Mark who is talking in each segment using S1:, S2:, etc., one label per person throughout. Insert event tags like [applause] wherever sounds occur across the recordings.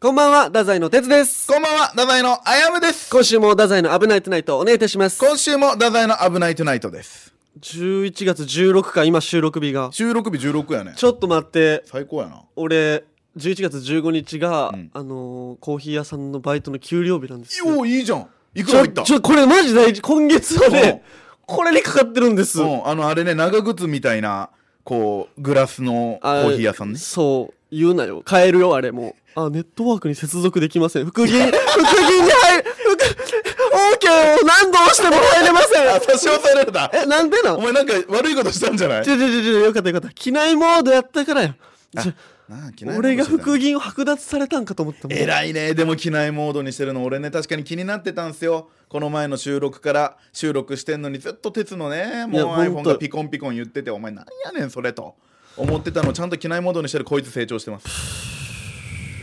S1: こんばんは、太宰の哲です。
S2: こんばんは、ダザイのあやむです。
S1: 今週も太宰の危ないトゥナイトお願いいたします。
S2: 今週もダザイの危ないトゥナイトです。
S1: 11月16か、今収録日が。
S2: 収録日16やね。
S1: ちょっと待って、
S2: 最高やな。
S1: 俺、11月15日が、
S2: うん
S1: あのーコーヒー屋さんのバイトの給料日なんですよ。
S2: おお、いいじゃん。いく
S1: ち
S2: ら
S1: ょ、
S2: 入った
S1: ちょ、これマジ大事。今月はね、これにかかってるんです。
S2: うん、あの、あれね、長靴みたいな、こう、グラスのコ
S1: あ
S2: ーヒー屋さんね。 [laughs]
S1: そう、言うなよ。買えるよ、あれもう。あ、ネットワークに接続できません。
S2: [laughs]
S1: 副銀、副銀に入る、副、OK を何度押しても入れませ
S2: 差し押されるだ。
S1: ん。え、なんでなん
S2: お前なんか悪いことしたんじゃない
S1: ちょちょちょちょよかったよかった機内モードやったからよちょ
S2: なあ機内モード
S1: 俺が
S2: してたね
S1: 副銀を剥奪されたんかと思ったもん
S2: 偉いねでも機内モードにしてるの俺ね確かに気になってたんすよこの前の収録から収録してんのにずっと鉄のねも
S1: いうやほん
S2: iPhone
S1: と
S2: がピコンピコン言っててお前なんやねんそれと思ってたのちゃんと機内モードにしてるこいつ成長してます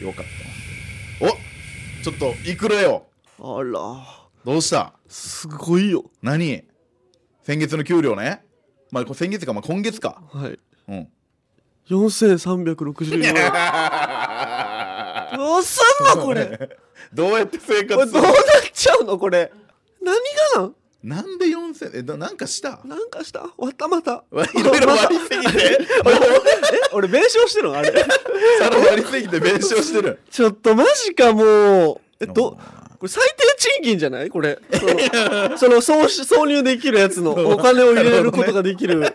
S2: よかったおちょっといくらよ
S1: あら
S2: どうした
S1: すごいよ
S2: 何先月の給料ねまあこ先月かまあ今月か
S1: はい [laughs]
S2: うん
S1: 4364円
S2: [laughs]
S1: どうすんのこれ
S2: どうやって生
S1: これ
S2: 活す
S1: どう
S2: る
S1: なっちゃうのこれ何が
S2: なんで4000えななんかした
S1: なんなんかした終わったまた
S2: わ [laughs] いろいろ割りすぎて
S1: 俺 [laughs] え俺弁償してるのあれ
S2: さら割りすぎて弁償してる
S1: ちょっとマジかもうえ
S2: お
S1: ど
S2: う
S1: これ最低賃金じゃないこ
S2: [laughs]
S1: れそのその挿挿入できるやつのお金を入れることができる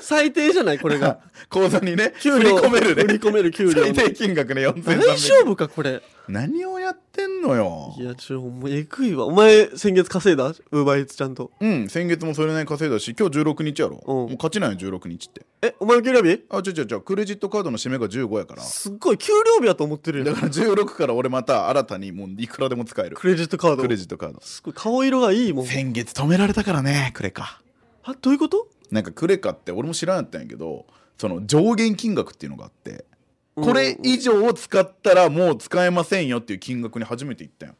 S1: 最低じゃないこれ
S2: [laughs]
S1: が
S2: 口座にね
S1: 給
S2: 振
S1: 料
S2: り込めるね
S1: 振り込める給料
S2: 最低金額ね
S1: 大
S2: 4300
S1: 丈夫かこれ
S2: 何をやってんのよ
S1: いやちょもうえぐいわお前先月稼いだウーバーイーツちゃんと
S2: うん先月もそれなりに稼いだし今日16日やろ、
S1: うん
S2: もう勝ちないよ16日って
S1: えお前の給料日
S2: あちょちょちょクレジットカードの締めが15やから
S1: すっごい給料日やと思ってる
S2: だ
S1: よ
S2: から16から俺また新たにもういくらでも使える
S1: クレジットカード
S2: クレジットカード
S1: すごい顔色がいいもん
S2: 先月止められたからねクレカ
S1: あどういうこと
S2: なんかクレカって俺も知らなかったんやけどその上限金額っていうのがあってこれ以上を使ったらもう使えませんよっていう金額に初めて行ったんよ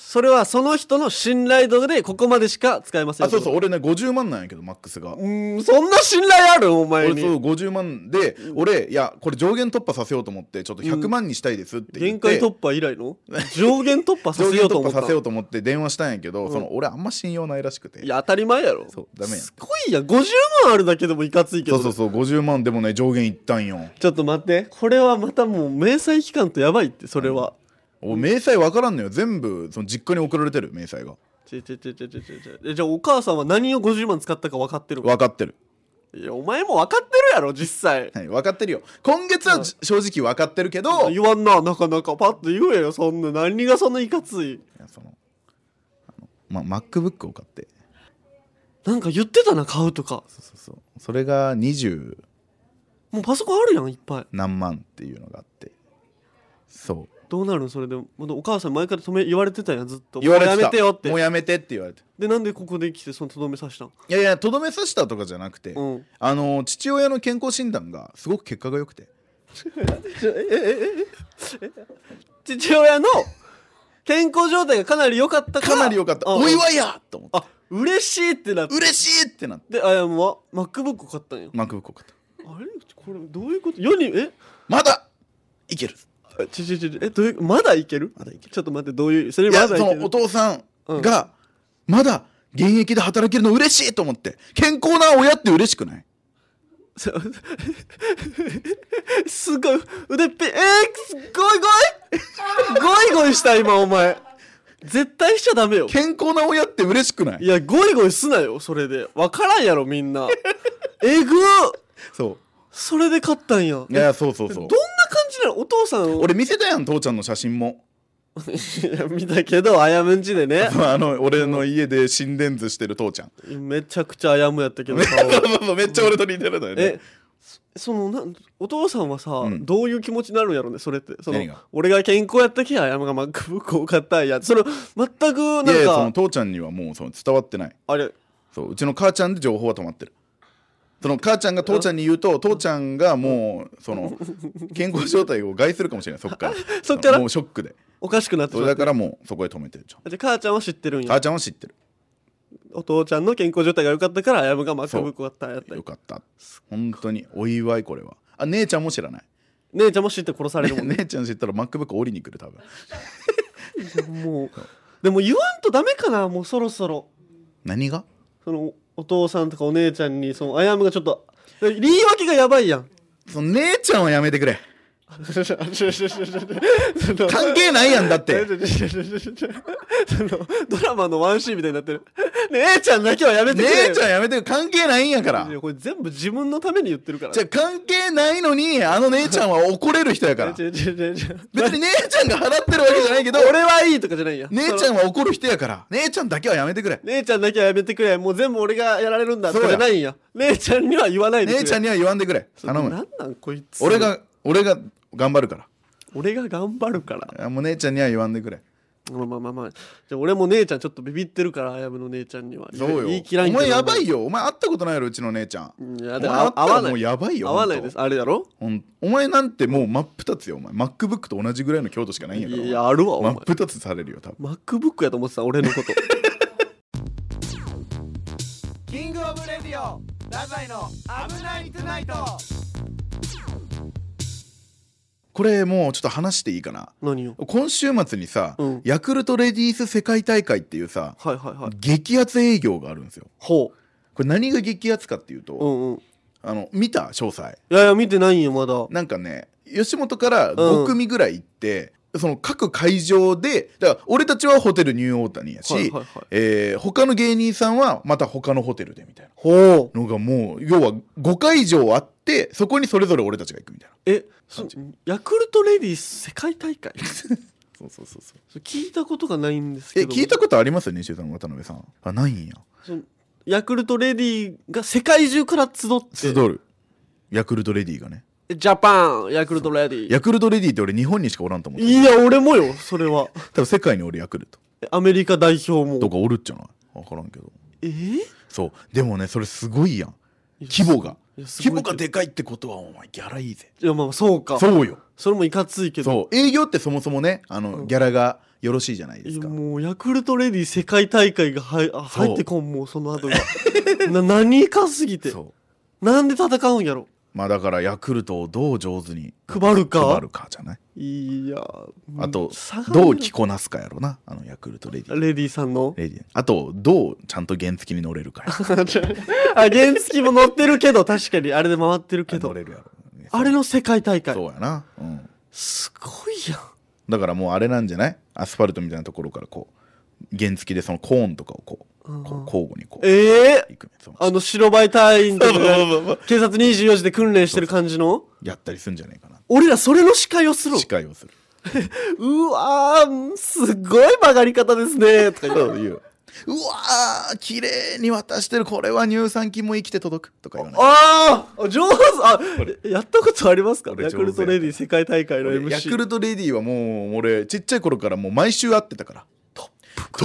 S1: それはその人の信頼度でここまでしか使えません
S2: あそうそう俺ね50万なんやけどマックスが
S1: うーんそんな信頼あるお前
S2: 俺
S1: に
S2: そう50万で俺いやこれ上限突破させようと思ってちょっと100万にしたいですって言
S1: 限界
S2: って
S1: 突破以来
S2: [laughs]
S1: の上限突破さ
S2: 上
S1: せ
S2: 限
S1: ようと
S2: 突
S1: 思
S2: 破
S1: った
S2: させようと思って電話したんやけど、
S1: うん
S2: その俺あんま信用ないらしくて
S1: いや当たり前やろ
S2: そうダメやん
S1: すごいやん50万あるだけでもいかついけ
S2: そ
S1: ど
S2: うそうそう50万でもね上限いったんよ
S1: ちょっと待ってこれはまたもう明細期間とやばいってそれは、
S2: お明細分からんのよ全部その実家に送られてる明細が
S1: ちょちょちょちょちょちょちょえじゃあお母さんは何を50万使ったか分かってる
S2: 分かってる、
S1: いやお前も分かってるやろ実際
S2: はい、分かってるよ今月はじ正直分かってるけど、い
S1: 言わんななかなかパッと言えよそんな何がそんないかつい
S2: やそのあの、ま、MacBook を買って
S1: なんか言ってたな買うとか
S2: そうそうそうそれが20
S1: もうパソコンあるやんいっぱい
S2: 何万っていうのがあってそう
S1: どうなるのそれでまだお母さん前から止め言われてたやんずっと
S2: 言われてた
S1: もうやめてよって
S2: もうやめてって言われて
S1: でなんでここで来てそのとどめさしたん
S2: いやいやとどめ刺したとかじゃなくて、
S1: うん
S2: あの父親の健康診断がすごく結果が良くて
S1: ちょえええええ父親の健康状態がかなり良かったから
S2: かなり良かった
S1: あ
S2: お祝いやと思って
S1: あ嬉しいってなって
S2: 嬉しいってなって
S1: であやむは MacBook を買ったんよ
S2: MacBook を買った
S1: あれこれどういうこと世にえ
S2: まだいける
S1: あちちちえどういうまだいける
S2: まだいける
S1: ちょっと待ってどういうそれ
S2: いや
S1: ま
S2: そ
S1: だいけ
S2: のお
S1: る
S2: 父さんがまだ現役で働けるの嬉しいと思って健康な親って嬉しくない
S1: そすごい腕っぺえー、すっごいごいゴイゴイした今お前絶対しちゃダメよ
S2: 健康な親って嬉しくない
S1: いやゴイゴイすなよそれで分からんやろみん
S2: [laughs]
S1: なえぐー
S2: そ
S1: それで勝ったんや。
S2: ういやそうそうそ
S1: どんな
S2: う
S1: 感じなのお父さんを。
S2: 俺見せたやん父ちゃんの写真も
S1: いや見たけど、あやむんちでね。
S2: あの俺の家で心電図してる
S1: [laughs]
S2: 父ちゃん
S1: めちゃくちゃあやむやったけど顔
S2: そうそうそう [laughs] めっちゃ俺と似てるのよね
S1: え、そそのなん、お父さんはさ、
S2: ん
S1: どういう気持ちになるんやろね、それって。その
S2: 何が
S1: 俺が健康やったきあやむが MacBook を買ったんや。それ、全くなん
S2: い
S1: か、
S2: やいやその父ちゃんにはもうその伝わってない
S1: あれ、
S2: そううちの母ちゃんで情報は止まってるその母ちゃんが父ちゃんに言うと父ちゃんがもう
S1: [laughs]
S2: その健康状態を害するかもしれないそっから
S1: そっから
S2: もうショックで
S1: おかしくなってし
S2: それ
S1: まっ
S2: だ
S1: た。
S2: からもうそこで止めてるじゃん
S1: じゃあ母ちゃんは知ってるんや
S2: 母。ちゃんは知ってる
S1: お父ちゃんの健康状態が良かったから、あやむが MacBook を買ったんやったんや
S2: よかった本当にお祝いこれはあ姉ちゃんも知らない
S1: 姉ちゃんも知って殺される [laughs] もんね
S2: 姉ちゃん知ったら MacBook 降りに来る多分
S1: もうでも言わんとダメかなもうそろそろ
S2: 何が
S1: そのお父さんとかお姉ちゃんにそのアヤムがちょっと理由分けがやばいやん [laughs]
S2: その姉ちゃんはやめてくれ関係ないやん
S1: [laughs]
S2: だっ
S1: そ
S2: て
S1: のドラマのワンシーンみたいになってる姉ちゃんだけはやめてくれよ
S2: 姉ちゃんやめてくれ関係ないんやから
S1: いやこれ全部自分のために言ってるから
S2: じゃあ関係ないのにあの姉ちゃんは怒れる人
S1: [laughs]
S2: やから
S1: 違う違う違う違う
S2: 別に姉ちゃんが払ってるわけじゃないけど
S1: 俺はいいとかじゃないや
S2: 姉ちゃ
S1: ん
S2: んは怒る人やから姉ちゃんだけはやめてくれ
S1: 姉ちゃんだけはやめてくれもう全部俺がやられるんだと
S2: そう
S1: か
S2: や
S1: じゃないんや姉ちゃんには言わないでくれ
S2: 姉ちゃんには言わんでくれ頼む
S1: なんなんこいつ
S2: 俺が俺が頑張るから
S1: 俺が頑張るから
S2: あもう姉ちゃんには言わんでくれ
S1: まあまあまあまあじゃあ俺も姉ちゃんちょっとビビってるからあやむの姉ちゃんには
S2: そうよ
S1: 言い切らん
S2: お
S1: けど
S2: 前やばいよお前会ったことないやろうちの姉ちゃん
S1: いや
S2: お
S1: でも
S2: 前会った
S1: 合わ
S2: ら
S1: ない
S2: もうやばいよ
S1: 合わないですあれだろ
S2: ほんとほんお前なんてもう真っ二つよお前 MacBook と同じぐらいの強度しかないんやから
S1: いやあるわ
S2: お
S1: お
S2: 前
S1: 前
S2: 真っ二つされるよ多分
S1: MacBook やと思ってた俺のこと [laughs]
S3: キングオブレディオダザイの危ないトゥナイト
S2: これもうちょっと話していいかな
S1: 何よ
S2: 今週末にさ、
S1: うん
S2: ヤクルトレディース世界大会っていうさ、
S1: はいはいはい
S2: 激アツ営業があるんですよ
S1: ほ
S2: これ何が激アツかっていうと、
S1: ううんうん
S2: あの見た詳細
S1: いやいや見てないんよまだ
S2: なんかね吉本から5組ぐらい行って、その各会場でだから俺たちはホテルニューオータニやし、
S1: はいはいはい
S2: えー他の芸人さんはまた他のホテルでみたい
S1: ほう
S2: なのがもう要は5会場あってそこにそれぞれ俺たちが行くみたいな
S1: えそヤクルトレディース世界大会
S2: そうそうそうそう
S1: それ聞いたことがないんですけ
S2: え
S1: ど
S2: 聞いたことありますよ西尾さん渡辺さんあないんや
S1: そのヤクルトレディーが世界中から集って
S2: 集るヤクルトレディがね
S1: えジャパンヤクルトレディー
S2: ヤクルトレディって俺日本にしかおらんと思って
S1: いや俺もよそれは
S2: 多分世界に俺ヤクルト
S1: えアメリカ代表
S2: と
S1: も
S2: かおるっちゃない分からんけど
S1: えー
S2: そうでもねそれすごいやん規模が
S1: いやす
S2: 規
S1: ごい
S2: 模
S1: けど
S2: がでかいってことはお前ギャラいいぜ
S1: いやまあそうか
S2: そうよ
S1: それもいかついけど
S2: そう営業ってそもそもねあの、ギャラがよろしいじゃないで
S1: い
S2: す
S1: や
S2: か
S1: もうヤクルトレディ世界大会が入あ
S2: そう
S1: 入ってこんもうその後がな何かすぎて
S2: そう
S1: なんで戦うんやろ
S2: まあだからヤクルトをどう上手に
S1: 配るか
S2: 配るかじゃない
S1: いや
S2: あと
S1: 下がる
S2: どう着こなすかやろなあのヤクルトレディ
S1: レディさん [laughs] の
S2: レディあとどうちゃんと原付に乗れるかやろ
S1: あ原付も乗ってるけど確かにあれで回ってるけ
S2: 乗
S1: ど
S2: れるやろ
S1: あれの世界大会
S2: そうやなうん
S1: すごいやん
S2: だからもうあれなんじゃないアスファルトみたいなところからこう原付でそのコーンとかをこう,、こう交互にこう
S1: ええ
S2: 行くその
S1: あの白バイ隊員とかが
S2: そうそうそうそう
S1: [laughs] 警察24時で訓練してる感じの
S2: やったりするんじゃないかな
S1: 俺らそれの司会をする
S2: 司会をする
S1: うわーすごい曲がり方ですねとか言って
S2: そういううわー綺麗に渡してるこれは乳酸菌も生きて届くとか言わない
S1: ああ上手あやったことありますか
S2: 俺
S1: ヤクルトレディ世界大会の
S2: 俺
S1: MC
S2: ヤクルトレディはもう俺ちっちゃい頃からもう毎週会ってたからト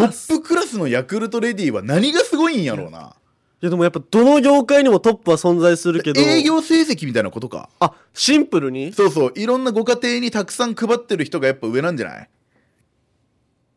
S2: ップクラスのヤクルトレディは何がすごいんやろうない
S1: やでもやっぱどの業界にもトップは存在するけど
S2: 営業成績みたいなことか
S1: あシンプルに
S2: そうそういろんなご家庭にたくさん配ってる人がやっぱ上なんじゃない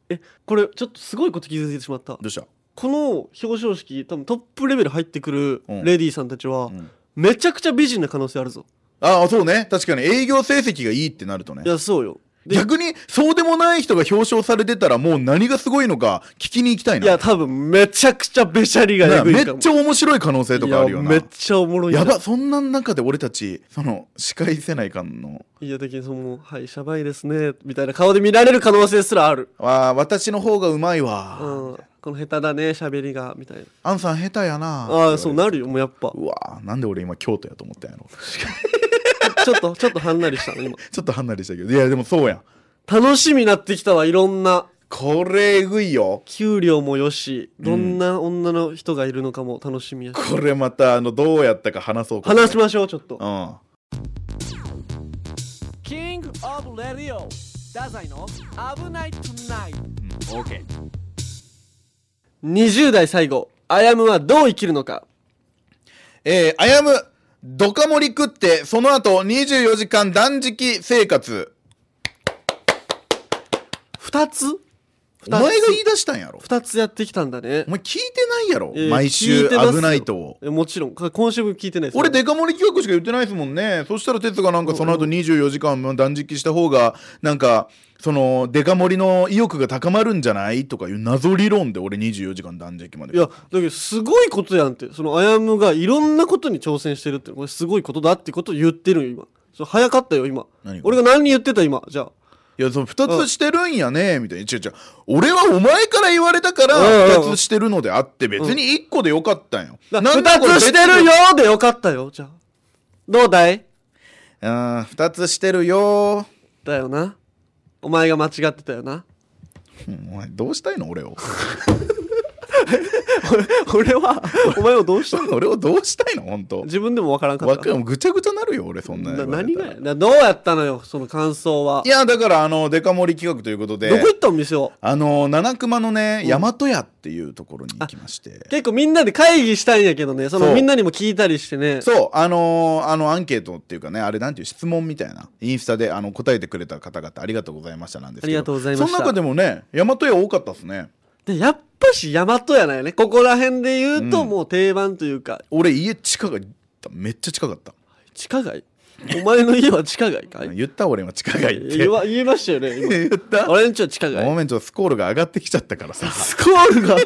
S1: えこれちょっとすごいこと気づいてしまった
S2: どうした
S1: この表彰式多分トップレベル入ってくる
S2: うん
S1: レディーさんたちは、
S2: ん
S1: めちゃくちゃ美人な可能性あるぞ
S2: ああそうね確かに営業成績がいいってなると
S1: い
S2: ね
S1: やそうよで
S2: 逆にそうでもない人が表彰されてたらもう何がすごいのか聞きに行きたい
S1: い
S2: な
S1: や多分めちゃくちゃべしゃりが
S2: な
S1: え
S2: あ
S1: ぐい
S2: め
S1: かも
S2: っちゃ面白い可能性とかあるよ
S1: い
S2: な
S1: やめっちゃおもろいんだ
S2: やばそんな中で俺たちその司会せないかんの
S1: いや的にその「はいシャバいですね」みたいな顔で見られる可能性すらある
S2: わあ私の方がうまいわ、
S1: うん、この下手だね喋りがみたいな
S2: アンさん下手や
S1: あ
S2: な
S1: あーそう
S2: な
S1: なるよもうやっぱ
S2: うわなんで俺今京都やと思ったんやろ [laughs]
S1: ちょっとちょっとはんなりしたの今
S2: ちょっと離れしたけどいやでもそうやん
S1: 楽しみになってきたわいろんな
S2: これえぐいよ
S1: 給料もよしどんな女の人がいるのかも楽しみやし、
S2: これまたあのどうやったか話そうか
S1: 話しましょうちょっと
S2: うん
S3: キングオブレディオダザイの危ないトゥナイトオーケー
S1: 20代最後あやむはどう生きるのか
S2: えー、あやむ、ドカ盛り食って、その後24時間断食生活。
S1: 2つ
S2: お前が言い出したんやろ
S1: 二つやってきたんだね
S2: お。前聞いてないやろ、
S1: えー
S2: 毎週
S1: 聞いてますよ
S2: 危ないとを
S1: えもちろん、か今週分聞いてないです。
S2: 俺デカ盛り企画しか言ってないですもんねそしたら哲がなんかその後24時間断食した方がなんかそのデカ盛りの意欲が高まるんじゃないとかいう謎理論で俺24時間断食まで
S1: いや、だけどすごいことやんって、そのアヤムがいろんなことに挑戦してるって、これすごいことだってことを言ってるよ、今。それ早かったよ、今
S2: 何。が
S1: 俺が何言ってた、今。じゃあ。
S2: いやその2つしてるんやねみたいな違う違う俺はお前から言われたから
S1: うんうん
S2: 2つしてるのであって別に1個でよかったんよ、
S1: だ
S2: なん
S1: 二
S2: だこれ
S1: つしてるよでよかったよ、じゃあ。どうだい
S2: うん2つしてるよ
S1: だよな。お前が間違ってたよ
S2: [laughs]
S1: な。
S2: うんお前どうしたいの俺を [laughs]
S1: 俺は、お前をどうしたの
S2: 俺をどうしたいの本
S1: [laughs]
S2: 当
S1: 自分でもわからんか
S2: わ
S1: っ
S2: か
S1: た。
S2: んぐちゃぐちゃなるよ俺そんな
S1: な
S2: 言われ
S1: 何
S2: た
S1: が
S2: ら
S1: やなどうやったのよ、その感想は。
S2: いやだからあのデカ盛り企画ということで
S1: どこ行ったお店を
S2: あの七熊のね大和屋っていうところに行きまして
S1: 結構みんなで会議したんやけどね、そ
S2: そ
S1: の
S2: う
S1: みんなにも聞いたりしてね。
S2: そうあのーあのアンケートっていうかねあれなんていう質問みたいなインスタであの答えてくれた方々ありがとうございましたなんですけ
S1: あ
S2: ど
S1: りがとうございました
S2: その中でもね大和屋多かったですね
S1: で、やっぱし大和やないね。ここら辺で言うともう定番というか、
S2: 俺家近かっためっちゃ近かった、
S1: 地下街お前の家は地下街かい
S2: 言った俺今近がいって
S1: 言わ言いましたよね、今。
S2: [laughs] 言った
S1: 俺んちは地下
S2: ご
S1: 街。
S2: めんちょっとスコールが上がってきちゃったからさ
S1: スコールが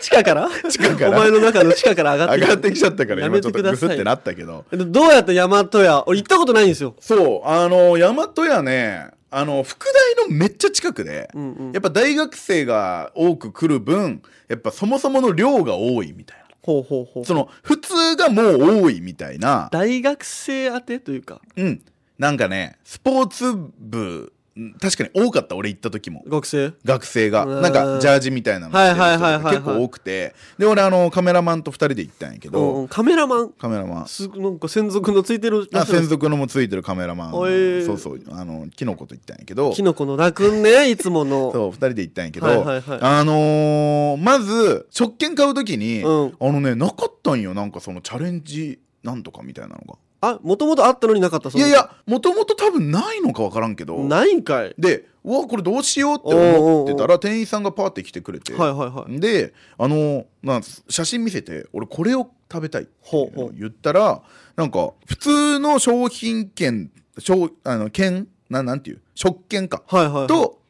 S1: 地下から
S2: 地下から
S1: お前の中の地下 [laughs] から上がっ
S2: 上
S1: て
S2: がってきちゃったから
S1: や
S2: 今
S1: め
S2: ちょってと
S1: く
S2: グ
S1: だ
S2: スっ
S1: さ
S2: て
S1: い。
S2: なったけど
S1: どうやった大和屋俺行ったことないんですよ。
S2: そうあの大和屋ねあの副大のめっちゃ近くで、
S1: んうん
S2: やっぱ大学生が多く来る分やっぱそもそもの量が多いみたいな
S1: ほうほうほう。
S2: その普通がもう多いみたいな
S1: 大学生宛てというか、
S2: うんなんかねスポーツ部うん確かに多かった俺行った時も
S1: 学生
S2: 学生が
S1: うーん
S2: なんかジャージみたいなの
S1: はい
S2: 着てる人と
S1: はいはい
S2: か
S1: はいはい
S2: 結構多くてで俺あのカメラマンと2人で行ったんやけど、
S1: うんうんカメラマン。
S2: カメラマン
S1: すなんか専属のついてる
S2: あ専属のもついてるカメラマン、
S1: おえー
S2: そうそうあのキノコと行ったんやけど
S1: キノコの楽くん
S2: [laughs]
S1: ねいつもの
S2: そう2人で行ったんやけど、
S1: はいはいはい
S2: あのーまず食券買う時に、
S1: うん
S2: あのねなかったんよなんかそのチャレンジなんとかみたいなのが
S1: あもともとあったのになかったそ
S2: い
S1: の
S2: やいやもともと多分ないのか分からんけど
S1: ないんかい
S2: でうわこれどうしようって思ってたら店員さんがパーって来てくれて、
S1: はいはいはい
S2: であのまあ写真見せて俺これを食べたいっていうの
S1: ほう
S2: を
S1: ほう
S2: 言ったらなんか普通の商品券商あの券なんなんていう食券か
S1: はいはいはい
S2: と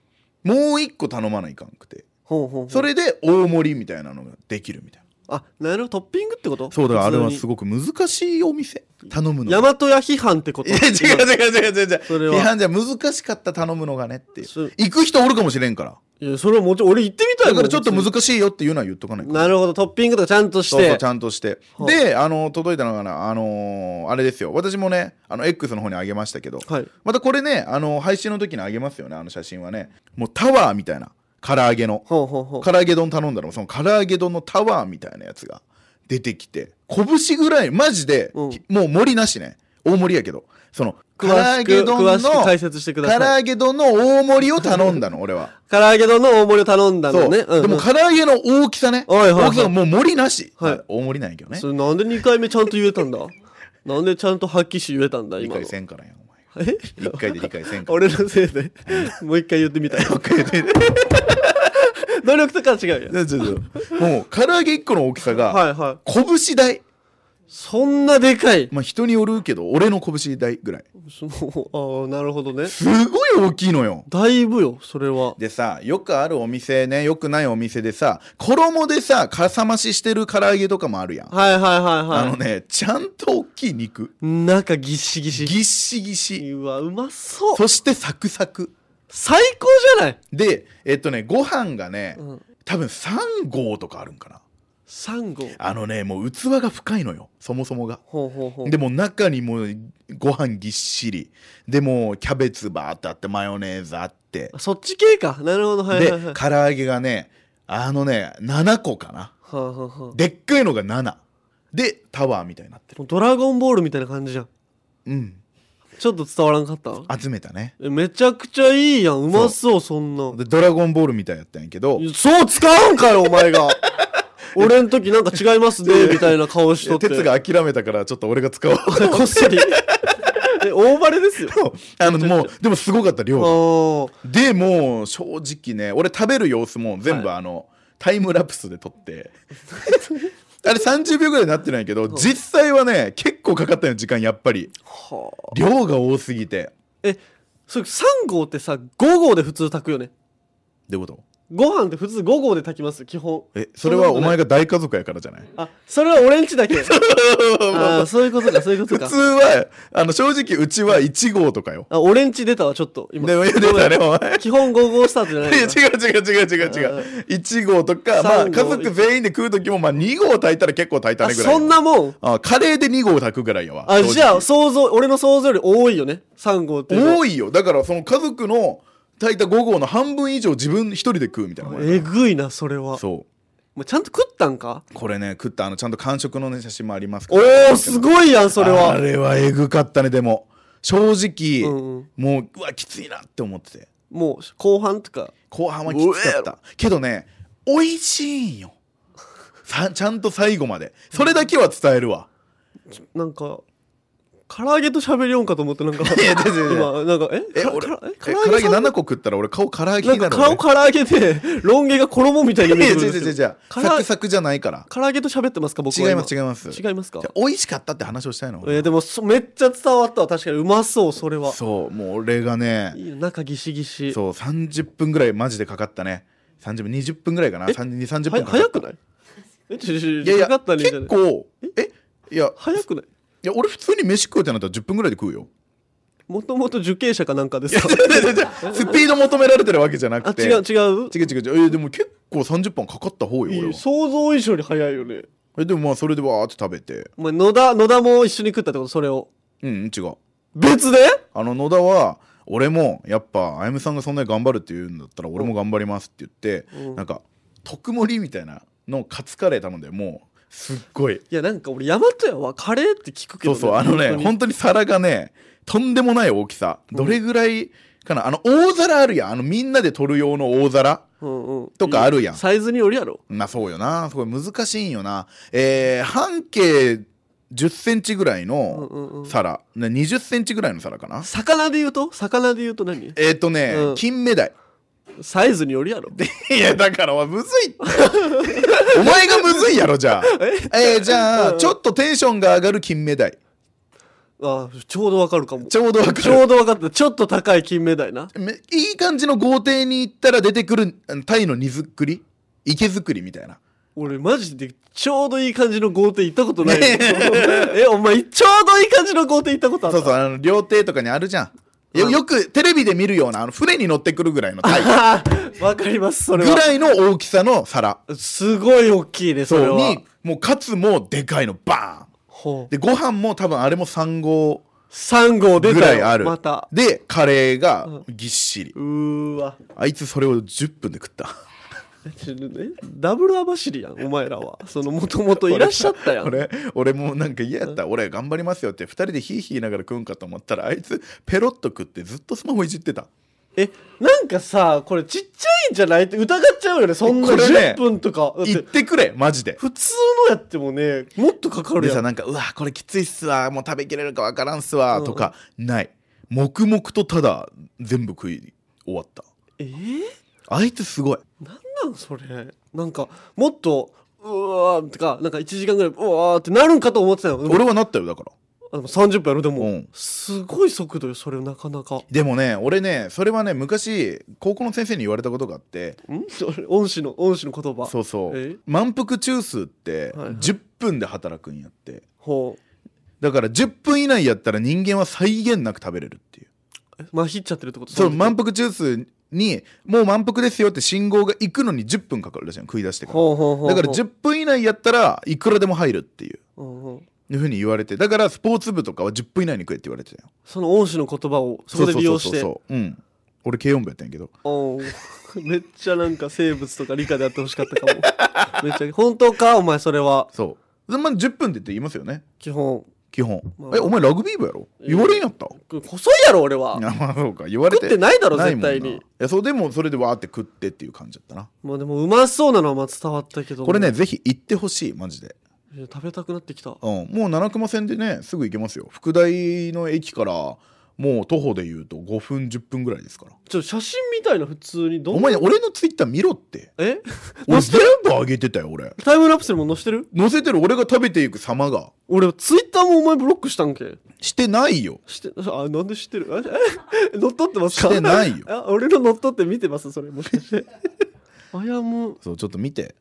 S2: もう一個頼まないかんくて
S1: ほうほうほう
S2: それで大盛りみたいなのができるみたいな
S1: あなるほどトッピングってこと
S2: そうだからあれはす
S1: ご
S2: ごく難しいお店頼むの
S1: 大
S2: が
S1: 和屋批判ってこ
S2: い
S1: と
S2: や違う
S1: 今
S2: 違う違う違う違う
S1: それは
S2: 批判じゃ難しかった頼むのがねっていう
S1: そ
S2: 行く人おるかもしれんから
S1: いやそれはもちろん俺行ってみたい
S2: だ
S1: もん
S2: からちょっと難しいよっていうのは言っとかないと
S1: なるほどトッピングとかちゃんとして
S2: そうそうちゃんとして
S1: はあ
S2: であの届いたのがなあのーあれですよ私もねあの X の方にあげましたけど、
S1: はい
S2: またこれねあの配信の時にあげますよねあの写真はねもうタワーみたいな唐揚げの
S1: ほうほうほう
S2: 唐揚げ丼頼んだらその唐揚げ丼のタワーみたいなやつが出てきて拳ぐらいマジで、
S1: うん
S2: ひもう盛りなしね大盛りやけどその唐揚
S1: 詳しく
S2: げ丼の
S1: 詳しく解
S2: 唐
S1: 説してください
S2: 揚げ丼の大盛りを頼んだの俺は。
S1: [laughs] 唐揚げ丼の大盛りを頼んだ
S2: そ
S1: の
S2: う、
S1: ねうん
S2: でも唐揚げの大きさね、
S1: はいはいはい
S2: 大きさがもう盛りなし、
S1: はい
S2: まあ大盛りなんやけどね
S1: それなんで2回目ちゃんと言えたんだなんでちゃんと発揮し言えたんだ
S2: 理
S1: 今の
S2: 解せんからやお
S1: え
S2: 前一回で理解せんから
S1: [laughs] 俺のせいでもう一回言ってみたい [laughs]
S2: [laughs]
S1: 努力とかは違うよ
S2: ちょっともう唐揚げ1個の大きさが
S1: はいはい
S2: 拳大
S1: そんなでかい
S2: まあ人によるけど俺の拳大ぐらい
S1: そのああなるほどね
S2: すごい大きいのよ
S1: だいぶよそれは
S2: でさよくあるお店ねよくないお店でさ衣でさかさ増ししてる唐揚げとかもあるやん、
S1: はいはいはい
S2: あの
S1: は
S2: ねちゃんと大きい肉
S1: い中ぎっしぎし
S2: ぎっしぎし
S1: うわうまそう
S2: そしてサクサク
S1: 最高じゃない
S2: でえっとねご飯がね、
S1: うん
S2: 多分3合とかあるんかな
S1: 3号
S2: あのねもう器が深いのよそもそもが
S1: ほうほうほう
S2: でも中にもうご飯ぎっしりでもうキャベツバーってあってマヨネーズあって
S1: あそっち系かなるほどはい
S2: で
S1: はいはい
S2: 唐揚げがねあのね7個かな
S1: はあはあはあ
S2: でっかいのが7でタワーみたいになってる
S1: もうドラゴンボールみたいな感じじゃん
S2: うん
S1: ちょっと伝わらんかった
S2: 集めたね
S1: えめちゃくちゃいいやんうまそうそんな
S2: でドラゴンボールみたいやったんやけど
S1: そう使うんかよお前
S2: [laughs]
S1: が俺ん時なんか違いますねみたいな顔しとって
S2: [laughs] 鉄が諦めたからちょっと俺が使おう
S1: こっそりえ大バレですよ
S2: あ
S1: [laughs]
S2: のもうでもすごかった量が
S1: おー
S2: でもう正直ね俺食べる様子も全部あの、タイムラプスで撮って [laughs] あれ30秒ぐらいになってないけど実際はね結構かかったよ時間やっぱり
S1: はあ
S2: 量が多すぎて
S1: えそれ3号ってさ5号で普通炊くよね
S2: どういうこと
S1: ご飯って普通5号で炊きます基本
S2: えそれはお前
S1: が
S2: が大家族やからじゃない
S1: あそれは俺んちだ
S2: [laughs]
S1: けあーそういうことかそういうこと
S2: 普
S1: か
S2: 通はあの正直うちは1号とかよ
S1: あ俺んち出たわちょっと今
S2: でも出たねお前
S1: 基本5号スタートじゃない
S2: いや違
S1: の
S2: う違う違う違う
S1: あ
S2: 違う1号とかまあ
S1: 三
S2: 家
S1: 号
S2: 族全員で食う時もまあ2号炊いたら結構炊いた
S1: あ
S2: ねぐらい
S1: そんなもん
S2: あカレーで2号炊くぐらいやわ
S1: あ
S2: 正直
S1: じゃあ想像俺の想像より多いよね3号っていうのは
S2: 多いよだからその家族の炊いた5号の半分以上自分一人で食うみたいな
S1: えぐいなそれは
S2: そ
S1: もうちゃんと食ったんか
S2: うこれね食ったあのちゃんと完食のね写真もあります
S1: おおす
S2: い
S1: ごいやんそれ
S2: あ
S1: は
S2: れはえぐかったねでも正直、
S1: うんうん
S2: もううわきついなって思ってて
S1: もう後半とか
S2: 後半はきつかったけどね美味しいんよさちゃんと最後までそれだけは伝えるわ
S1: なんか唐揚げと喋りよんかと思ってなんか
S2: [laughs] いや違う違う違う
S1: 今なんかえ
S2: え
S1: か
S2: 俺
S1: かえ
S2: え
S1: 唐
S2: 唐
S1: 揚
S2: 揚
S1: げ
S2: げ
S1: さん
S2: 7個食ったら俺顔唐揚げ
S1: なん
S2: にな
S1: か
S2: る
S1: 顔
S2: 俺
S1: 唐揚げでロン毛が衣みたいに
S2: い
S1: 見
S2: や
S1: え
S2: 違
S1: て
S2: う
S1: くるん
S2: 違
S1: で
S2: う
S1: す
S2: 違う
S1: け
S2: 違う
S1: ど
S2: サクサクじゃないから
S1: 唐揚げと喋ってますか僕は
S2: 違います違い
S1: い
S2: ます
S1: 違いますか
S2: じゃあ美味しかったって話をしたいの俺
S1: えーでもそめっちゃ伝わったわ確かにうまそうそれは
S2: そうもう俺がね
S1: いいよ中ギシギシ
S2: そう30分ぐらいマジでかかったね30分20分ぐらいかな
S1: え
S2: 30
S1: は
S2: 30分かかった
S1: 早くないえちょちょ
S2: い
S1: ち
S2: や
S1: ょ
S2: いや
S1: かかったねじゃ
S2: 結
S1: ない
S2: 構えいや
S1: 早くない
S2: いや俺普通に飯食うってなったら10分ぐらいで食うよ
S1: もともと受刑者かなんかですか
S2: スピード求められてるわけじゃな
S1: あ
S2: くて
S1: 違う違う
S2: 違う違う違うえでも結構30分かかった方よ
S1: いい
S2: 俺は
S1: 想像以上に早いよね
S2: えでもまあそれでわーって食べて
S1: お前野田野田も一緒に食ったってことそれを
S2: うん違う
S1: 別で
S2: あの野田は俺もやっぱあやむさんがそんなに頑張るって言うんだったら俺も頑張りますって言って、
S1: うん
S2: なんか特盛りみたいなのカツカレー頼んでもうすっごい
S1: いやなんか俺大和屋はカレーって聞くけ
S2: そ
S1: ど、
S2: うそうあのね
S1: 当に
S2: 本当に皿がねとんでもない大きさどれぐらいかなあの大皿あるやんあのみんなで取る用の大皿
S1: うんうん
S2: とかあるやん
S1: サイズによるやろ
S2: まあそうよなすごい難しいんよなえー半径10センチぐらい
S1: うんうんう
S2: の
S1: ん
S2: 皿、ね20センチぐらいの皿かな
S1: 魚で言うと魚で言うと何
S2: えっ、とね、
S1: うん
S2: 金目鯛 [laughs]
S1: サイズによるやろ
S2: いやだからお前むずいってお前がむずいやろじ
S1: [laughs]
S2: ゃあえーじゃあちょっとテンションが上がる金目鯛
S1: あちょうどわかるかも
S2: ちょうどわか
S1: ちょ
S2: る
S1: うどわかったちょっと高い金目鯛な
S2: めいい感じの豪邸に行ったら出てくるあの鯛の荷造り池造りみたいな
S1: 俺マジでちょうどいい感じの豪邸行ったことないよえお前ちょうどいい感じの豪邸行ったことあった
S2: そうそうあの料亭とかにあるじゃんよ
S1: うん
S2: よくテレビで見るようなあの船に乗ってくるぐらいの鯛
S1: あー [laughs] わかりますそれ
S2: ぐ
S1: は
S2: らいの大きさの皿
S1: すごい大きいねそれ
S2: そう
S1: は
S2: にもうカツもでかいのバー
S1: ほ
S2: ン
S1: う
S2: でご飯も多分あれも3合
S1: 3号出
S2: ぐ
S1: た
S2: らいあ
S1: よ
S2: る
S1: また
S2: でカレーがぎっしり
S1: うーわ
S2: あいつそれを10分で食った
S1: ちょえダブル網走やんお前らはそのもともといらっしゃったやん
S2: 俺俺もなんか嫌やった俺頑張りますよって2人でヒーヒー言いながら食うんかと思ったらあいつペロッと食ってずっとスマホいじってた
S1: えなんかさこれちっちゃいんじゃないって疑っちゃうよねそんな
S2: これね
S1: 10分とかだっ
S2: 言っててくれマジで
S1: 普通のやってもねもっとかかる
S2: で
S1: や
S2: さ
S1: ん
S2: なんか「うわこれきついっすわもう食べきれるかわからんっすわ」とかない黙々とただ全部食い終わった
S1: えー、
S2: あいつすごい
S1: なんそれなんかもっとうわーとかなんか1時間ぐらいうわーってなるんかと思ってたよでも
S2: 俺はなったよだから
S1: あでも30分やるでも、
S2: うん
S1: すごい速度よそれなかなか
S2: でもね俺ねそれはね昔高校の先生に言われたことがあって
S1: んそれ恩師の恩師の言葉
S2: そうそ
S1: え
S2: う満腹中枢って
S1: はいはい
S2: 10分で働くんやって
S1: ほう
S2: だから10分以内やったら人間は際限なく食べれるっていう
S1: えまひっちゃってるってこと
S2: その
S1: の時
S2: 満腹中枢にもう満腹ですよって信号が行くのに10分かかるらしいの食い出してから
S1: ほうほうほう
S2: だから10分以内やったらいくらでも入るっていう
S1: うんうん
S2: いうふうに言われてだからスポーツ部とかは10分以内に食えって言われてたよ
S1: その恩師の言葉をそこで利用して
S2: そうそうそうそううん俺軽音部やったんやけど
S1: おう [laughs] めっちゃなんか生物とか理科でやってほしかったかも [laughs] めっちゃ本当かお前それは
S2: そうでまあ10分でって言いますよね
S1: 基本
S2: 基本、
S1: まあ
S2: えお前ラグビー部やろ言われんやった、
S1: 細いやろ俺は
S2: あ [laughs] まあそうか言われて
S1: 食ってないだろ
S2: もんな
S1: 絶対に
S2: いやそうでもそれでわーって食ってっていう感じだったな
S1: まあでもうまそうなのはまあ伝わったけども
S2: これねぜひ行ってほしいマジで
S1: えー食べたくなってきた
S2: うん、もう七熊線でねすぐ行けますよ福大の駅からもう徒歩で言うと5分10分ぐらいですから
S1: ちょ写真みたいな普通にどん
S2: お前俺のツイッター見ろって
S1: え載
S2: 俺
S1: せて
S2: 全
S1: る
S2: 部上げてたよ俺
S1: タイムラプスにも載せてる
S2: 載せてる俺が食べていく様が
S1: 俺ツイッターもお前ブロックしたんけ
S2: してないよ
S1: してあなんで知ってるええ乗っ取ってますか
S2: してないよ
S1: あ俺の乗っ取って見てますそれもしかして [laughs] あやむ
S2: そうちょっと見て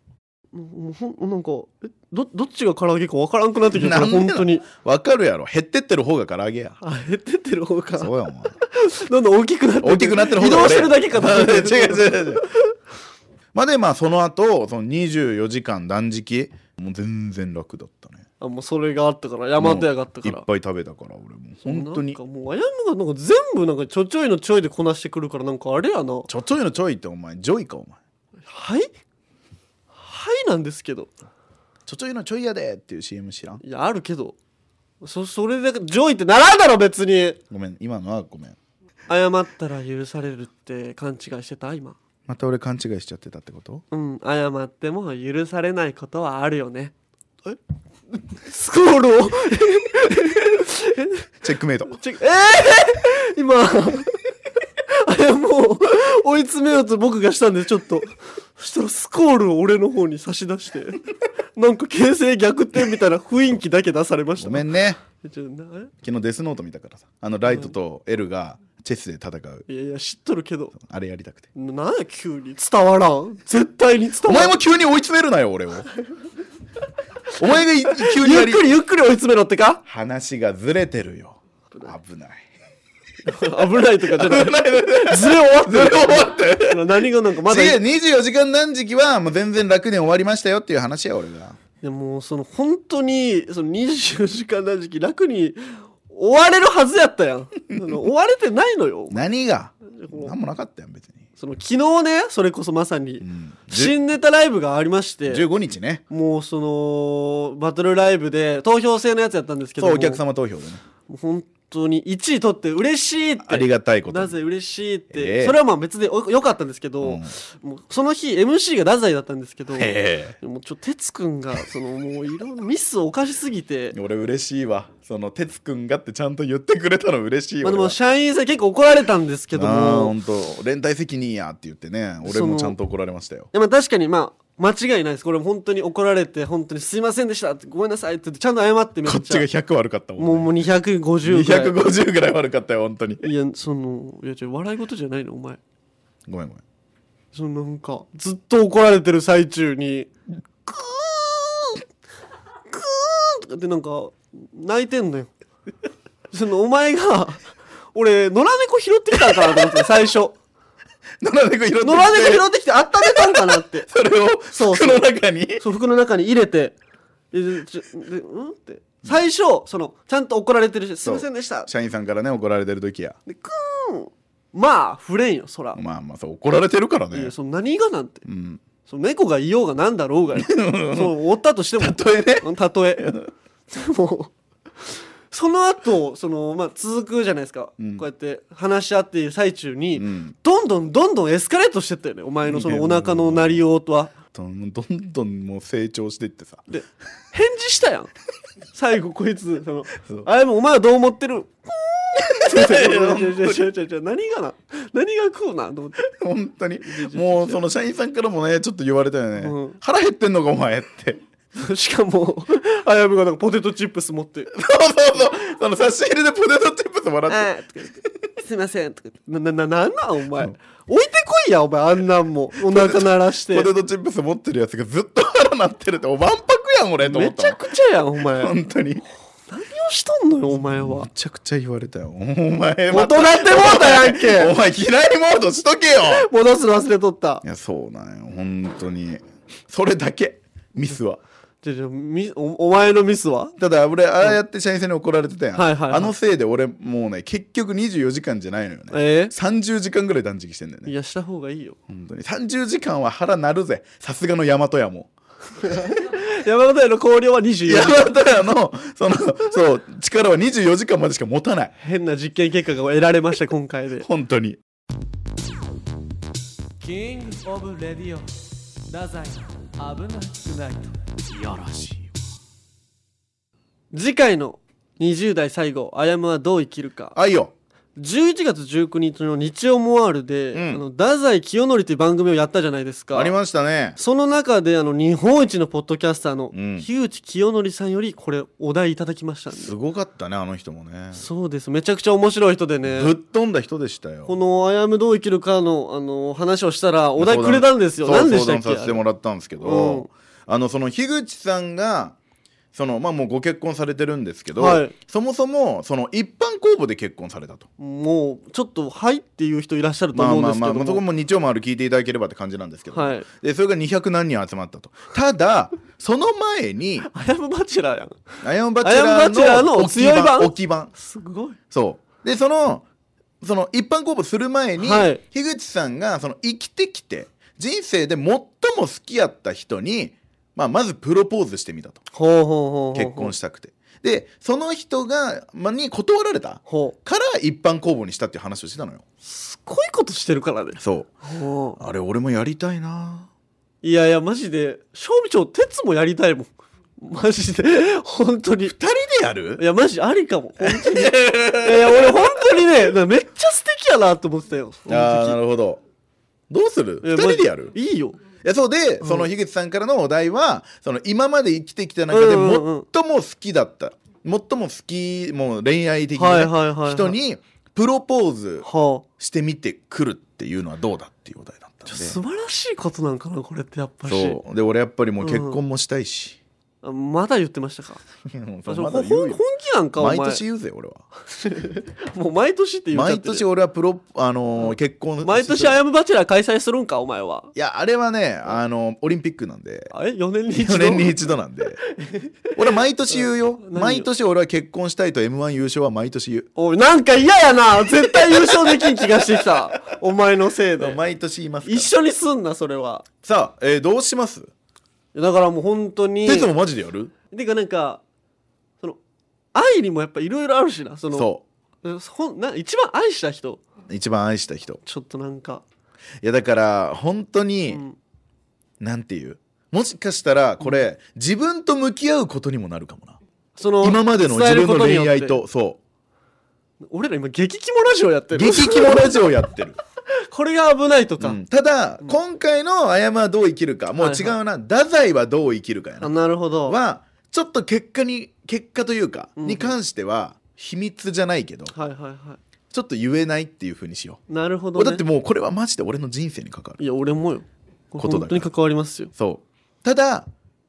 S1: もうもうほんなんかえどどっちが唐揚げかわからんくなってきたから
S2: なんでな
S1: 本
S2: の
S1: 当に
S2: わかるやろ減ってってる方が唐揚げや
S1: あ減ってってる方か
S2: そうやお前
S1: どんどん大きくなって
S2: 大きくなってる方
S1: 移
S2: が俺
S1: 動してるだけかと思っ
S2: 違う
S1: て
S2: 違う違うまあでまあその後その24時間断食もう全然楽だったね
S1: [laughs] あもうそれがあったから山手屋があった
S2: い
S1: か
S2: っ
S1: ら
S2: ぱい食べたから俺もう本当
S1: な
S2: に
S1: んかもうあやむがなんか全部なんかちょちょいのちょいでこなしてくるからなんかあれやな
S2: ちょちょいのちょいってお前ジョイかお前
S1: はいはいなんですけど
S2: ちょちょいのちょいやでっていう CM 知らん
S1: いやあるけどそそれでジョイってならんだろ別に
S2: ごめん今のはごめん
S1: 謝ったら許されるって勘違いしてた今
S2: また俺勘違いしちゃってたってこと
S1: うん謝っても許されないことはあるよねえスコールを [laughs]
S2: チェックメイト
S1: ちええ今あれもう追い詰めようと僕がしたんでちょっとそしたらスコールを俺の方に差し出してなんか形勢逆転みたいな雰囲気だけ出されました
S2: ごめんね
S1: ちょな
S2: 昨日デスノート見たからさあのライトとエルがチェスで戦う
S1: えいやいや知っとるけど
S2: あれやりたくて
S1: ななんや急に伝わらん絶対に伝
S2: お
S1: わら
S2: 前
S1: ん
S2: も急に追い詰めるなよ俺をお前がい急に
S1: ゆ
S2: や
S1: っ
S2: り
S1: くりゆっくり追い詰めろってか
S2: 話がずれてるよ危ない
S1: 危ないとかじゃない [laughs] ずれ終わってる何がなんかまだ
S2: 次24時間断食はもう全然楽で終わりましたよっていう話や俺が
S1: でもその本当にその24時間断食楽に追われるはずやったやんその追われてないのよ
S2: 何が何もなかったやん別に、
S1: その昨日ねそれこそまさに
S2: うん、じゅ
S1: 新ネタライブがありまして
S2: 15日ね
S1: もうそのバトルライブで投票制のやつやったんですけど
S2: そうお客
S1: も
S2: 様投票でね
S1: う本当に1位取って嬉しいって
S2: ありがたいことに
S1: なぜ嬉しいって、
S2: ええ
S1: それはまあ別でお良かったんですけど、
S2: うん
S1: もうその日 MC が太宰だったんですけど、
S2: え
S1: もうちょ哲くんがそのもういろんなミスを犯しすぎて
S2: 俺嬉しいわその哲くんがってちゃんと言ってくれたの嬉しい
S1: まあ、
S2: 俺
S1: で
S2: は
S1: も社員さん結構怒られたんですけど
S2: あー
S1: も
S2: 本当連帯責任やって言ってね俺もちゃんと怒られましたよ
S1: でも確かにまあ間違いないですこれ本当に怒られて本当にすいませんでしたってごめんなさいって言ってちゃんと謝ってめっ
S2: こっち
S1: ちゃ
S2: が100悪かったもん、
S1: もうもう250ぐらい
S2: 250ぐらい悪かったよ本当に
S1: いやそのいやちょ笑い事じゃないのお前
S2: ごめんごめん
S1: そのなんかずっと怒られてる最中にクーンクーンとかってなんか泣いてんのよそのお前が俺野良猫拾ってきたんかなと思ってた最初
S2: 野良猫拾ってきて
S1: 野良猫拾ってきて温めたんかなって
S2: それを
S1: そう
S2: 服の中に
S1: そう服の中に入れてでちょでうんって最初そのちゃんと怒られてるしすいませんでした
S2: 社員さんからね怒られてる時や
S1: でクーンまあ触れんよそら、
S2: まあまあそう怒られてるから
S1: い
S2: ね
S1: やその何がなんて
S2: うん
S1: その猫がいようがなんだろうがよそう追ったとしても
S2: とえね
S1: うんたとえでもその後そのまあ続くじゃないですか、
S2: うん
S1: こうやって話し合っている最中に、
S2: うん
S1: どんどんどんどんエスカレートしてったよねお前のそのお腹の鳴りようとは
S2: どんどんどんもう成長していってさ [laughs]
S1: で返事したやん最後こいつその
S2: そう
S1: あれもお前はどう思ってる違う違う違う違う違う違う [laughs] 何がな何が食うなと思って
S2: 本当にもうその社員さんからもねちょっと言われたよね、
S1: うん
S2: 腹減ってんのかお前って
S1: しかも、あやぶがなんかポテトチップス持って、
S2: そうそうそうその差し入れでポテトチップスもらって
S1: あすいません、とか言ってな、な、な、なんなん、お前。置いてこいや、お前、あんなんも。お腹鳴らして
S2: ポ。テトチップス持ってるやつがずっと腹なってるっておわんぱくやん俺と思
S1: め
S2: っ
S1: ちゃ
S2: た
S1: くちゃやん、お前。
S2: の
S1: 何を
S2: 本当に
S1: しとんのよ、お前は
S2: め。ちゃくちゃ言われたよお前
S1: 大
S2: また
S1: 人ってもうたやん
S2: お
S1: け
S2: 前嫌いモードしとけよ
S1: 戻すの忘れとった
S2: い。やそうなんよ本当にそれだけミスは
S1: じゃじゃ、み、お、お前のミスは
S2: ただ俺ああやって社員さんに怒られてたやん、
S1: はいはいはい
S2: あのせいで俺もうね結局24時間じゃないのよね、
S1: ええ
S2: 30時間ぐらい断食してんだよ
S1: い
S2: ね
S1: や、した方がいいよ。
S2: 本当に30時間は腹なるぜさすがの大和屋も
S1: 山形屋の香料は24
S2: 大和屋のそのそう力は24時間までしか持たない
S1: 変な実験結果が得られました、今回で。
S2: 本当に
S3: King of Radio 太宰の危なくないといやらしい
S1: 次回の20代最後あやむはどう生きるか
S2: あいよ
S1: 11月19日の日曜モアールで、
S2: うん
S1: あの太宰清則という番組をやったじゃないですか
S2: ありましたね
S1: その中であの日本一のポッドキャスターの
S2: うん
S1: 樋口清則さんよりこれお題いただきましたんです
S2: ごかったねあの人もね
S1: そうですめちゃくちゃ面白い人でね
S2: ぶっ飛んだ人でした
S1: こ
S2: よ
S1: の「あやむどう生きるかの」あの話をしたらお題くれたんですよ
S2: そう
S1: 何でしたっ
S2: 相談
S1: け
S2: させてもらったんですけど、
S1: うん
S2: あのその樋口さんがそのまあもうご結婚されてるんですけど、
S1: はい
S2: そもそもその一般公募で結婚されたと
S1: もうちょっと「はい」っていう人いらっしゃると
S2: まあ
S1: 思うん
S2: ま
S1: で
S2: あ
S1: すけ
S2: まあ
S1: ど
S2: まあそこも日曜もある聞いていただければって感じなんですけど、
S1: はい
S2: でそれが200何人集まったとただその前に
S1: 「あやむバチェラー」やん
S2: アヤンバチェラ
S1: アヤンバチェラ
S2: ー
S1: ーの
S2: の置き
S1: 強い版
S2: 版置き版
S1: すごい
S2: そうでそのその一般公募する前に、
S1: はい
S2: 樋口さんがその生きてきて人生で最も好きやった人に、まあ、まずプロポーズしてみたと
S1: ほうほうほうほう
S2: 結婚
S1: し
S2: したくてでその人が、まあ、に断られた
S1: ほう
S2: から一般公募にしたっていう話をしてたのよ
S1: すごいことしてるからね
S2: そう
S1: ほう
S2: あれ俺もやりたいない
S1: やいやマジで正味長鉄もやりたいもんマジで本当に
S2: 二人でやる
S1: いや、マジありかも。本当に。いやいや、俺本当にね、なめっちゃ素敵やなと思ってたよ。その時
S2: ああなるほどどうする
S1: いや
S2: 二
S1: マジ
S2: 人でやる
S1: いいよ。
S2: いやそうで、
S1: うん
S2: その樋口さんからのお題はその今まで生きてきた中で最
S1: うんうんうん
S2: も好きだった、最も好きもう恋愛的なね、
S1: はいはいはいはい
S2: 人にプロポーズ
S1: はあ。
S2: してみてくるっていうのはどうだっていうお題だったんで
S1: 素晴らしいことなんかな、これってやっぱし。
S2: そうで俺やっぱりもう結婚もしたいし、
S1: あまだ言ってましたか。
S2: [laughs] そう
S1: ほ
S2: ま
S1: ん
S2: だ
S1: 本
S2: 言うよ
S1: 本気なんか、お前。
S2: 毎年言うぜ俺は
S1: もう毎年って言っちゃ
S2: 毎
S1: ってる
S2: 年俺はプロ、あのー結婚
S1: 毎年、
S2: い
S1: アヤムバチェラー開催するんか、お前は。
S2: やあれはね、あのーオリンピックなんで
S1: あえ ?4 年に一度
S2: 4年に一度なん
S1: [laughs]
S2: で俺は毎年言うよ
S1: 何よ
S2: 毎年俺は結婚したいと m 1優勝は毎年言う
S1: おい、なんか嫌やな。絶対優勝できん気がしてきた。お前のせいで。
S2: 毎年言いますから
S1: 一緒にすんな、それは。
S2: さあ、えーどうします
S1: だからもう本当に。
S2: テツもマジでやる
S1: てかなんかその愛にもやっぱいろいろあるしなその
S2: そ
S1: ほんな一番愛した人
S2: う一番愛した人
S1: ちょっとなんか、
S2: いやだから本当
S1: う
S2: に、
S1: ん、
S2: なんていうもしかしたらこれ自分と向き合うことにもなるかもな
S1: その
S2: 今までの自分の恋愛
S1: 伝えることによ
S2: とそ
S1: って俺ら今激キモラジオやって
S2: う
S1: る
S2: 激キモラジオやってる、
S1: これが危ないとか、
S2: うんただ、今回の「あやまはどう生きるか」もう違うな、太宰はどう生きるかや
S1: あ
S2: な
S1: なるほどは
S2: はちょっと結果に結果というか、
S1: うん
S2: に関しては秘密じゃないけど
S1: いはいは
S2: ちょっと言えないっていうふうにしよ
S1: いなるほ
S2: う
S1: ど、ね、
S2: だってもうこれはマジで俺の人生に関わる
S1: いや俺もよ
S2: とだから
S1: 本当に関わりますよ
S2: そうただ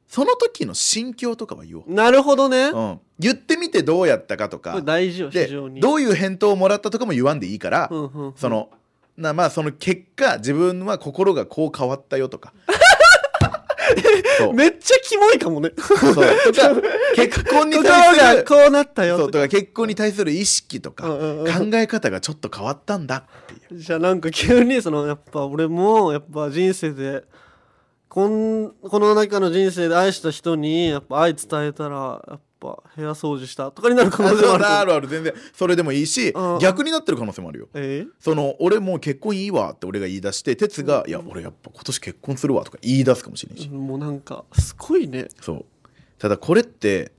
S2: その時の心境とかは言おう、
S1: なるほどね、こ
S2: うん、言ってみてどうやったかとか
S1: れ大事よ非
S2: で
S1: 常に
S2: どういう返答をもらったとかも言わんでいいから、
S1: うんうんうん
S2: そのなまあその結果自分は心がこう変わったよ
S1: [laughs]
S2: とかそう
S1: めっちゃキモいかもね
S2: そうとか結婚 [laughs] に
S1: 心
S2: 対す
S1: が
S2: る
S1: こうなったよ
S2: そう
S1: とか
S2: とか結婚に対する意識とか、
S1: うんうん
S2: 考え方がちょっと変わったんだっていう
S1: じゃあなんか急にそのやっぱ俺もやっぱ人生でこんこの中の人生で愛した人にやっぱ愛伝えたらやっぱ部屋掃除したとかになる可能
S2: あ
S1: 性もあ
S2: [laughs] そう
S1: る
S2: だあ
S1: と
S2: るある全然それでもいいし
S1: うん
S2: 逆になってる可能性もあるよ
S1: え
S2: その俺もう結婚いいわって俺が言い出して哲が「いや俺やっぱ今年結婚するわ」とか言い出すかもしれんし、
S1: もうなんかすごいね
S2: そうただこれって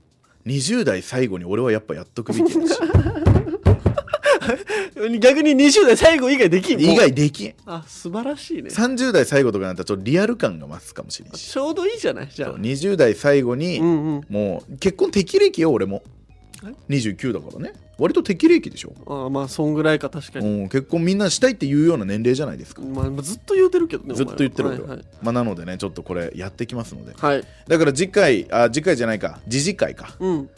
S2: 20代最後に俺はやっぱやっとくべき
S1: [laughs]
S2: だし
S1: 逆に20代最後以外できんもう
S2: 以外できん
S1: あ素晴らしいね
S2: 30代最後とかになったらちょっとリアル感が増すかもしれんし
S1: ちょうどいいじゃないじゃ
S2: そう
S1: あ
S2: 20代最後に
S1: うんうん
S2: もう結婚適齢期よ俺も29だからね割と適齢期でしょ
S1: あまあそんぐらいか確か
S2: う
S1: に、
S2: ん結婚みんなしたいっていうような年齢じゃないですか
S1: まあ、ずっと言うてるけどねお前は
S2: ずっと言ってること、
S1: はいはい
S2: まあ、なのでねちょっとこれやってきますので
S1: はい、
S2: だから次回あ次回じゃないか次次回か
S1: うん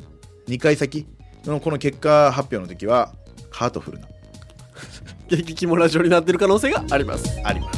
S2: 2回先のこの結果発表の時はハートフルな
S1: 激キモラジオになってる可能性があります
S2: あります